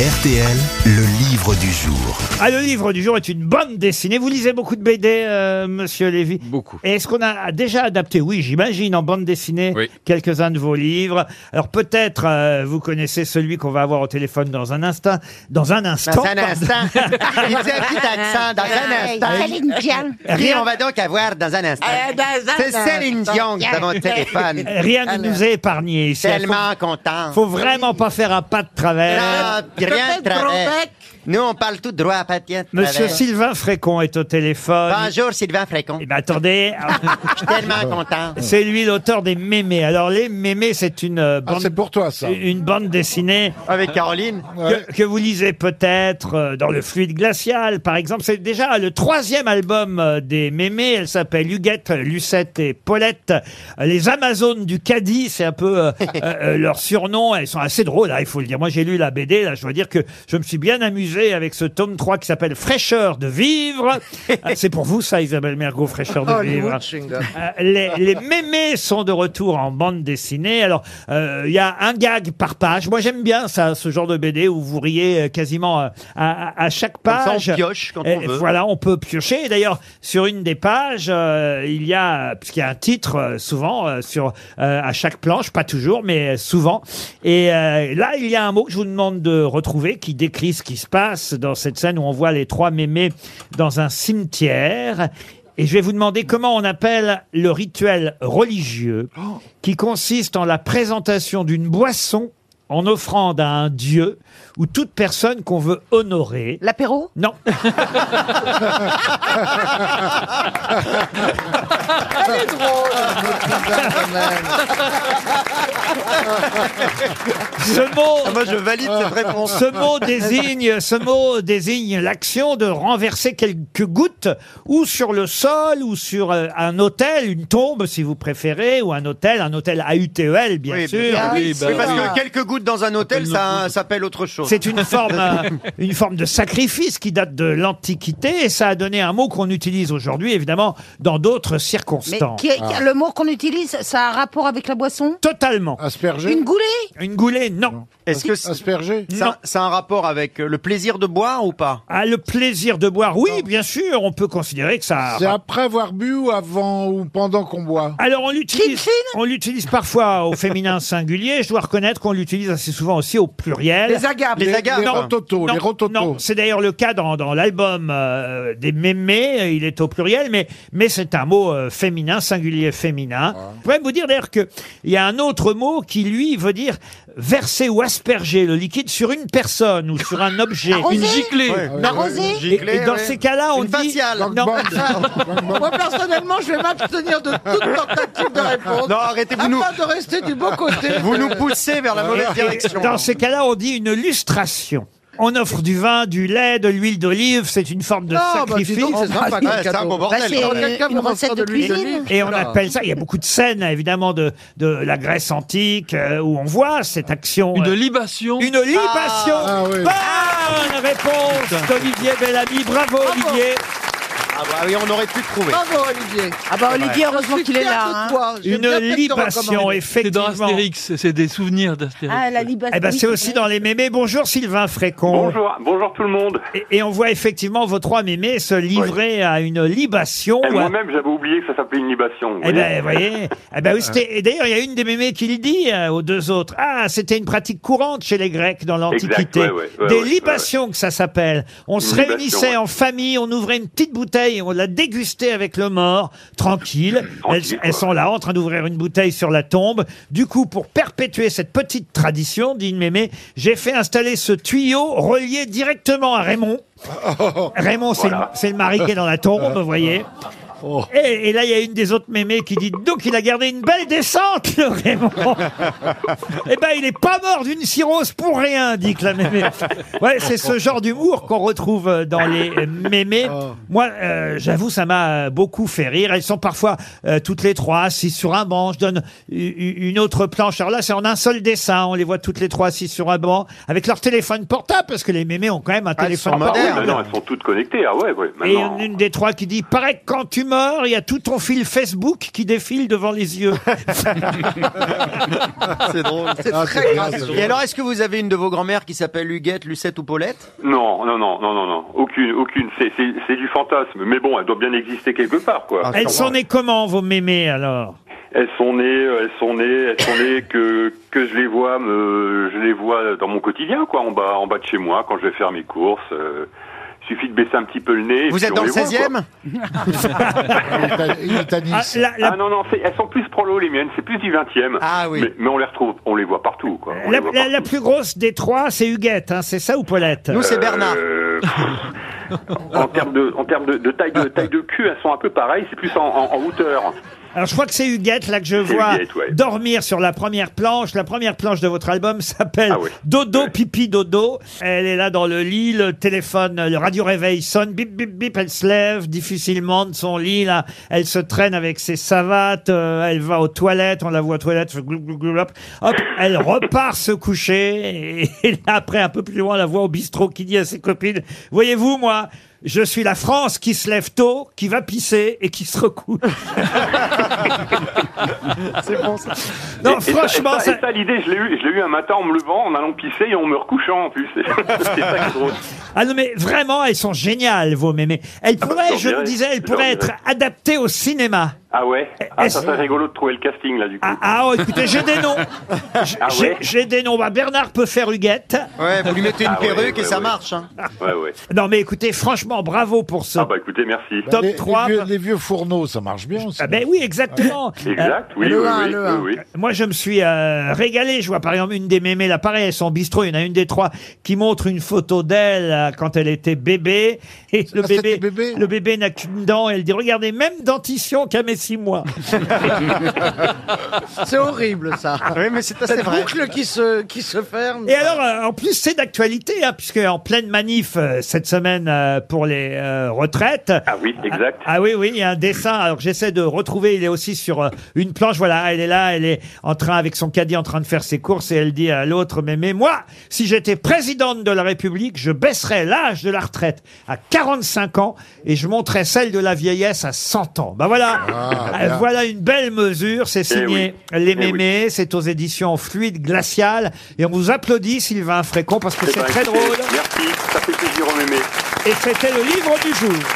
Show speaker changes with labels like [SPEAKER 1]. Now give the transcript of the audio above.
[SPEAKER 1] RTL, le livre du jour.
[SPEAKER 2] Ah, le livre du jour est une bande dessinée. Vous lisez beaucoup de BD, euh, monsieur Lévy
[SPEAKER 3] Beaucoup.
[SPEAKER 2] Et est-ce qu'on a déjà adapté, oui, j'imagine, en bande dessinée,
[SPEAKER 3] Oui.
[SPEAKER 2] quelques-uns de vos livres Alors peut-être, euh, vous connaissez celui qu'on va avoir au téléphone dans un instant. Dans un instant.
[SPEAKER 4] Dans un
[SPEAKER 2] pardon.
[SPEAKER 4] instant. Il dit un petit accent. Dans un instant.
[SPEAKER 5] Céline Dion.
[SPEAKER 4] Qui on va donc avoir dans un instant?
[SPEAKER 2] Euh,
[SPEAKER 4] C'est Céline Dion qui est à mon téléphone.
[SPEAKER 2] Rien ne nous est épargné ici. hein.
[SPEAKER 4] Tellement content.
[SPEAKER 2] Faut, faut vraiment pas faire un pas de travers.
[SPEAKER 4] Non, puis rien de travers. Nous, on parle tout droit, pas de rien de
[SPEAKER 2] Monsieur
[SPEAKER 4] travers.
[SPEAKER 2] Sylvain Frécon est au téléphone.
[SPEAKER 4] Bonjour, Sylvain Frécon.
[SPEAKER 2] Eh ben, attendez,
[SPEAKER 4] Je suis tellement content.
[SPEAKER 2] c'est lui l'auteur des mémés. Alors les mémés, c'est une euh,
[SPEAKER 6] Ah,
[SPEAKER 2] bande
[SPEAKER 6] c'est pour toi, ça.
[SPEAKER 2] une bande dessinée
[SPEAKER 4] Avec Caroline.
[SPEAKER 6] Ouais.
[SPEAKER 2] que, que vous lisez peut-être euh, dans le fluide glacial, par exemple. C'est déjà le troisième album euh, des mémés. Elle s'appelle Huguette, Lucette et Paulette. Euh, Les Amazones du Cadis, c'est un peu euh, euh, euh, leur surnom. Elles sont assez drôles, là, il faut le dire. Moi, j'ai lu la BD, là, je dois dire que je me suis bien amusé avec ce tome 3 qui s'appelle Fraîcheur de vivre. Ah, c'est pour vous, ça, Isabelle Mergot, Fraîcheur
[SPEAKER 6] Oh,
[SPEAKER 2] de vivre. Euh, les, les mémés sont de retour en bande dessinée. Alors, euh, il y a un gag par page. Moi, j'aime bien ça, ce genre de BD où vous riez euh, quasiment euh, à, à- à chaque
[SPEAKER 4] ça, on
[SPEAKER 2] page.
[SPEAKER 4] pioche quand on
[SPEAKER 2] Et
[SPEAKER 4] veut.
[SPEAKER 2] Eh, Voilà, on peut piocher. Et D'ailleurs, sur une des pages, euh, il y a, puisqu'il y a un titre euh, souvent euh, sur euh, à chaque planche, pas toujours, mais euh, souvent. Et euh, là, il y a un mot que je vous demande de retrouver qui décrit ce qui se passe dans cette scène où on voit les trois mémés dans un cimetière. Et je vais vous demander comment on appelle le rituel religieux qui consiste en la présentation d'une boisson en offrande à un dieu ou toute personne qu'on veut honorer.
[SPEAKER 5] L'apéro
[SPEAKER 2] Non. Ce mot,
[SPEAKER 4] Moi, je valide cette réponse.
[SPEAKER 2] ce mot désigne, ce mot désigne l'action de renverser quelques gouttes ou sur le sol ou sur euh, un hôtel, une tombe si vous préférez, ou un hôtel, un hôtel AUTEL E bien
[SPEAKER 4] Oui, bien
[SPEAKER 2] sûr. Ah
[SPEAKER 4] sûr.
[SPEAKER 3] Oui, bah,
[SPEAKER 4] Oui, parce que quelques gouttes dans un hôtel, ça s'appelle autre chose.
[SPEAKER 2] C'est une forme, euh, une forme de sacrifice qui date de l'Antiquité et ça a donné un mot qu'on utilise aujourd'hui, évidemment, dans d'autres
[SPEAKER 5] Mais
[SPEAKER 2] circonstances.
[SPEAKER 5] qui- qui-
[SPEAKER 4] Ah.
[SPEAKER 5] le mot qu'on utilise, ça a un rapport avec la boisson
[SPEAKER 2] Totalement.
[SPEAKER 6] Asperger
[SPEAKER 5] Une goulée
[SPEAKER 2] Une goulée, Ah. non.
[SPEAKER 4] Est-ce que Ah, c'est
[SPEAKER 6] Asperger
[SPEAKER 2] Non.
[SPEAKER 4] ça, ça a un rapport avec euh, le plaisir de boire ou pas
[SPEAKER 2] Ah, le plaisir de boire, oui, bien sûr, on peut considérer que ça.
[SPEAKER 6] C'est après avoir bu ou avant ou pendant qu'on boit
[SPEAKER 2] Alors on l'utilise,
[SPEAKER 5] Chin-chin
[SPEAKER 2] on l'utilise parfois au féminin singulier. Je dois reconnaître qu'on l'utilise assez souvent aussi au pluriel.
[SPEAKER 4] agapes. Les, agapes.
[SPEAKER 6] Les rototos,
[SPEAKER 2] Non,
[SPEAKER 6] les
[SPEAKER 2] non,
[SPEAKER 6] rototos.
[SPEAKER 2] c'est d'ailleurs le cas dans, dans l'album euh, des mémés, euh, il est au pluriel, mais, mais c'est un mot euh, féminin, singulier féminin. Je pourrais vous dire d'ailleurs qu'il y a un autre mot qui, lui, veut dire verser ou asperger le liquide sur une personne ou sur un objet.
[SPEAKER 5] Arroser
[SPEAKER 3] Une giclée.
[SPEAKER 4] Ouais.
[SPEAKER 2] Non,
[SPEAKER 5] Arroser
[SPEAKER 2] et, et dans
[SPEAKER 4] ouais.
[SPEAKER 2] ces cas-là, on
[SPEAKER 4] Une
[SPEAKER 2] dit...
[SPEAKER 4] faciale.
[SPEAKER 6] Gangbang.
[SPEAKER 2] Non.
[SPEAKER 6] Gangbang.
[SPEAKER 7] Moi, personnellement, je vais m'abstenir de toute tentative de réponse.
[SPEAKER 4] Non, arrêtez-vous
[SPEAKER 2] Ah,
[SPEAKER 4] nous.
[SPEAKER 7] Afin de rester du bon côté.
[SPEAKER 4] Vous nous poussez vers la mauvaise direction.
[SPEAKER 2] Dans ces cas-là, on dit une lustration. On offre du vin, du lait, de l'huile d'olive, c'est une forme de
[SPEAKER 7] Non, bah, dis
[SPEAKER 2] sacrifice.
[SPEAKER 7] donc, c'est sympa
[SPEAKER 4] Ah, Ouais,
[SPEAKER 7] comme
[SPEAKER 4] c'est un beau
[SPEAKER 7] cadeau.
[SPEAKER 5] Bah,
[SPEAKER 4] bordel. Ah,
[SPEAKER 5] C'est
[SPEAKER 7] Alors,
[SPEAKER 5] euh,
[SPEAKER 7] quelqu'un
[SPEAKER 5] une
[SPEAKER 7] peut m'en
[SPEAKER 5] recette
[SPEAKER 7] sortir
[SPEAKER 5] de
[SPEAKER 7] de l'huile de
[SPEAKER 5] cuisine.
[SPEAKER 7] livre
[SPEAKER 2] Et on
[SPEAKER 7] Voilà.
[SPEAKER 2] appelle ça, il y a beaucoup de scènes évidemment de, de la Grèce antique euh, où on voit cette action.
[SPEAKER 3] Une
[SPEAKER 2] euh,
[SPEAKER 3] libation.
[SPEAKER 2] une libation
[SPEAKER 6] Ah oui.
[SPEAKER 2] Bonne réponse d'Olivier Bellamy, bravo Olivier
[SPEAKER 4] Ah bah oui, on aurait pu trouver.
[SPEAKER 7] Bravo, Olivier.
[SPEAKER 5] Ah bah Olivier, heureusement qu'il est là. hein.
[SPEAKER 2] Une libation,
[SPEAKER 3] C'est dans
[SPEAKER 2] effectivement.
[SPEAKER 3] Astérix, c'est des souvenirs d'Astérix.
[SPEAKER 5] Ah, la libation.
[SPEAKER 2] Eh ben, c'est
[SPEAKER 5] oui,
[SPEAKER 2] aussi dans les mémés. Bonjour Sylvain Frécon.
[SPEAKER 8] Bonjour, bonjour tout le monde.
[SPEAKER 2] Et, et on voit effectivement vos trois mémés se livrer à une libation.
[SPEAKER 8] Eh,
[SPEAKER 2] ou à-
[SPEAKER 8] Moi-même, j'avais oublié que ça s'appelait une libation. vous
[SPEAKER 2] Eh
[SPEAKER 8] voyez.
[SPEAKER 2] ben, vous voyez. Eh ben, oui, c'était- et d'ailleurs, il y a une des mémés qui le dit euh, aux deux autres. Ah, c'était une pratique courante chez les Grecs dans l'Antiquité.
[SPEAKER 8] ouais, ouais, ouais,
[SPEAKER 2] des
[SPEAKER 8] ouais,
[SPEAKER 2] libations que ça s'appelle. On se
[SPEAKER 8] libation,
[SPEAKER 2] réunissait
[SPEAKER 8] ouais.
[SPEAKER 2] en famille, on ouvrait une petite bouteille et on la dégustait avec le mort, tranquille. elles,
[SPEAKER 8] Tranquille,
[SPEAKER 2] elles
[SPEAKER 8] ouais.
[SPEAKER 2] sont là, en train d'ouvrir une bouteille sur la tombe. Du coup, pour perpétuer cette petite tradition, dit une mémé, j'ai fait installer ce tuyau relié directement à Raymond. Raymond, c'est
[SPEAKER 8] Voilà.
[SPEAKER 2] le- c'est le mari qui est dans la tombe, vous voyez. Et, et là, il y a une des autres mémés qui dit donc il a gardé une belle descente, le Raymond. eh ben, il est pas mort d'une cirrhose pour rien, dit que la mémé. Ouais, c'est ce genre d'humour qu'on retrouve euh, dans les euh, mémés. Moi, euh, j'avoue, ça m'a euh, beaucoup fait rire. Elles sont parfois euh, toutes les trois assises sur un banc. Je donne u- u- une autre planche. Alors là, c'est en un seul dessin. On les voit toutes les trois assises sur un banc avec leur téléphone portable parce que les mémés ont quand même un
[SPEAKER 4] Elles
[SPEAKER 2] téléphone
[SPEAKER 4] sont
[SPEAKER 8] Ah
[SPEAKER 2] portable.
[SPEAKER 4] modernes.
[SPEAKER 8] Maintenant, elles sont toutes connectées. Ah ouais, ouais.
[SPEAKER 2] Et
[SPEAKER 8] Maintenant,
[SPEAKER 2] une, une des trois qui dit Paraît que quand tu d'humeur, il y a tout ton fil Facebook qui défile devant les yeux.
[SPEAKER 4] C'est drôle.
[SPEAKER 7] Oh. C'est
[SPEAKER 6] Ah,
[SPEAKER 7] très
[SPEAKER 6] c'est
[SPEAKER 7] grave.
[SPEAKER 6] bien,
[SPEAKER 4] Et alors, est-ce que vous avez une de vos grand-mères qui s'appelle Huguette, Lucette ou Paulette
[SPEAKER 8] Non, non, non, non, non, non. Aucune, aucune. C'est, c'est, c'est du fantasme. Mais bon, elle doit bien exister quelque part, quoi.
[SPEAKER 6] Ah,
[SPEAKER 2] Elles
[SPEAKER 6] sûrement.
[SPEAKER 2] sont nées comment, vos mémés, alors
[SPEAKER 8] Elles sont nées, euh, elles sont nées, elles sont nées que, que je les vois, me, je les vois dans mon quotidien, quoi, en bas, en bas de chez moi, quand je vais faire mes courses. euh, suffit de baisser un petit peu le nez. et
[SPEAKER 4] Vous
[SPEAKER 8] puis
[SPEAKER 4] êtes
[SPEAKER 8] on
[SPEAKER 4] dans le
[SPEAKER 8] les voit,
[SPEAKER 4] 16e
[SPEAKER 6] Il est à- il est à
[SPEAKER 2] Ah,
[SPEAKER 6] Nice.
[SPEAKER 2] la,
[SPEAKER 8] quoi.
[SPEAKER 2] la-
[SPEAKER 8] Ah non, non, c'est- elles sont plus prolo, les miennes. C'est plus du 20e.
[SPEAKER 4] Ah oui.
[SPEAKER 8] Mais, mais on les retrouve, on les voit partout, quoi. On les
[SPEAKER 2] la-
[SPEAKER 8] voit
[SPEAKER 2] la- la
[SPEAKER 8] partout.
[SPEAKER 2] plus grosse des trois, c'est Huguette, hein, c'est ça ou Paulette
[SPEAKER 4] Nous, c'est Bernard.
[SPEAKER 8] Euh, en termes de, en termes de, de taille de taille de cul, elles sont un peu pareilles. C'est plus en, en- en hauteur.
[SPEAKER 2] Alors je crois que c'est Huguette là que je
[SPEAKER 8] C'est
[SPEAKER 2] vois
[SPEAKER 8] Huguette, ouais.
[SPEAKER 2] dormir sur la première planche. La première planche de votre album s'appelle
[SPEAKER 8] Ah oui.
[SPEAKER 2] Dodo
[SPEAKER 8] Ouais.
[SPEAKER 2] pipi dodo. Elle est là dans le lit, le téléphone, le radio réveil sonne, bip bip bip, elle se lève difficilement de son lit là, elle se traîne avec ses savates, euh, elle va aux toilettes, on la voit aux toilettes, fait glou, glou, glou, hop, hop, elle repart se coucher et, et là, après un peu plus loin on la voit au bistrot qui dit à ses copines, voyez-vous moi, je suis la France qui se lève tôt, qui va pisser et qui se recouche. Non,
[SPEAKER 8] Et ça-
[SPEAKER 2] franchement,
[SPEAKER 8] et ça,
[SPEAKER 2] ça-
[SPEAKER 8] et ça, l'idée, je l'ai eu, je l'ai eu un matin en me levant, en allant pisser et en me recouchant en plus. C'est ça qui est drôle.
[SPEAKER 2] Ah non, mais vraiment, elles sont géniales, vos mémés. Elles pourraient,
[SPEAKER 8] j'en
[SPEAKER 2] je me
[SPEAKER 8] dirais,
[SPEAKER 2] disais, elles
[SPEAKER 8] j'en
[SPEAKER 2] pourraient être
[SPEAKER 8] dirais.
[SPEAKER 2] adaptées au cinéma.
[SPEAKER 8] Ah ouais. Ah,
[SPEAKER 2] Est-ce-
[SPEAKER 8] ça serait rigolo de trouver le casting là du coup.
[SPEAKER 2] Ah, ah, oh, écoutez, j'ai des noms. J'ai
[SPEAKER 8] Ah
[SPEAKER 2] j'ai-
[SPEAKER 8] ouais
[SPEAKER 2] j'ai des noms. Bah, Bernard peut faire Huguette.
[SPEAKER 4] Ouais, vous lui mettez une
[SPEAKER 8] Ah ouais,
[SPEAKER 4] perruque et
[SPEAKER 8] ouais,
[SPEAKER 4] ça
[SPEAKER 8] ouais.
[SPEAKER 4] marche. hein.
[SPEAKER 2] ah.
[SPEAKER 8] Ouais ouais.
[SPEAKER 2] Non, mais écoutez, franchement, bravo pour ce
[SPEAKER 8] Ah bah écoutez, merci.
[SPEAKER 2] top
[SPEAKER 6] les, les
[SPEAKER 2] 3.
[SPEAKER 6] vieux, les vieux fourneaux, ça marche bien aussi.
[SPEAKER 2] Ah ben oui, exactement. Euh,
[SPEAKER 8] Exact. Oui
[SPEAKER 6] Le
[SPEAKER 8] oui,
[SPEAKER 6] un,
[SPEAKER 8] oui,
[SPEAKER 6] le
[SPEAKER 8] oui,
[SPEAKER 6] un.
[SPEAKER 8] oui.
[SPEAKER 2] moi, je me suis euh, régalé. Je vois par exemple une des mémés, là, pareil, elles sont au bistrot. Il y en a une des trois qui montre une photo d'elle euh, quand elle était bébé. Et le
[SPEAKER 6] Ah,
[SPEAKER 2] bébé,
[SPEAKER 6] c'était bébé
[SPEAKER 2] le bébé n'a qu'une dent. Elle dit, regardez, même dentition qu'à mes six mois.
[SPEAKER 7] C'est horrible ça.
[SPEAKER 4] Oui, mais c'est assez
[SPEAKER 7] Cette
[SPEAKER 4] vrai.
[SPEAKER 7] boucle qui se, qui se ferme.
[SPEAKER 2] Et alors, euh, en plus, c'est d'actualité, hein, puisque en pleine manif euh, cette semaine euh, pour les euh, retraites.
[SPEAKER 8] Ah oui, exact.
[SPEAKER 2] Ah oui, oui, il y a un dessin. Alors que j'essaie de retrouver. Il est aussi sur euh, une planche. Voilà, elle est là, elle est en train avec son caddie en train de faire ses courses et elle dit à l'autre mais, mais moi, si j'étais présidente de la République, je baisserais l'âge de la retraite à 45 ans et je monterais celle de la vieillesse à 100 ans. Bah voilà,
[SPEAKER 6] Ah,
[SPEAKER 2] Euh,
[SPEAKER 6] bien.
[SPEAKER 2] voilà une belle mesure. C'est signé Les
[SPEAKER 8] Eh oui.
[SPEAKER 2] Mémés. C'est aux éditions Fluide Glacial et on vous applaudit Sylvain Frécon parce que
[SPEAKER 8] Eh
[SPEAKER 2] c'est
[SPEAKER 8] ben,
[SPEAKER 2] très
[SPEAKER 8] écoutez,
[SPEAKER 2] drôle
[SPEAKER 8] Merci. Ça fait plaisir au mémé.
[SPEAKER 2] et c'était le livre du jour.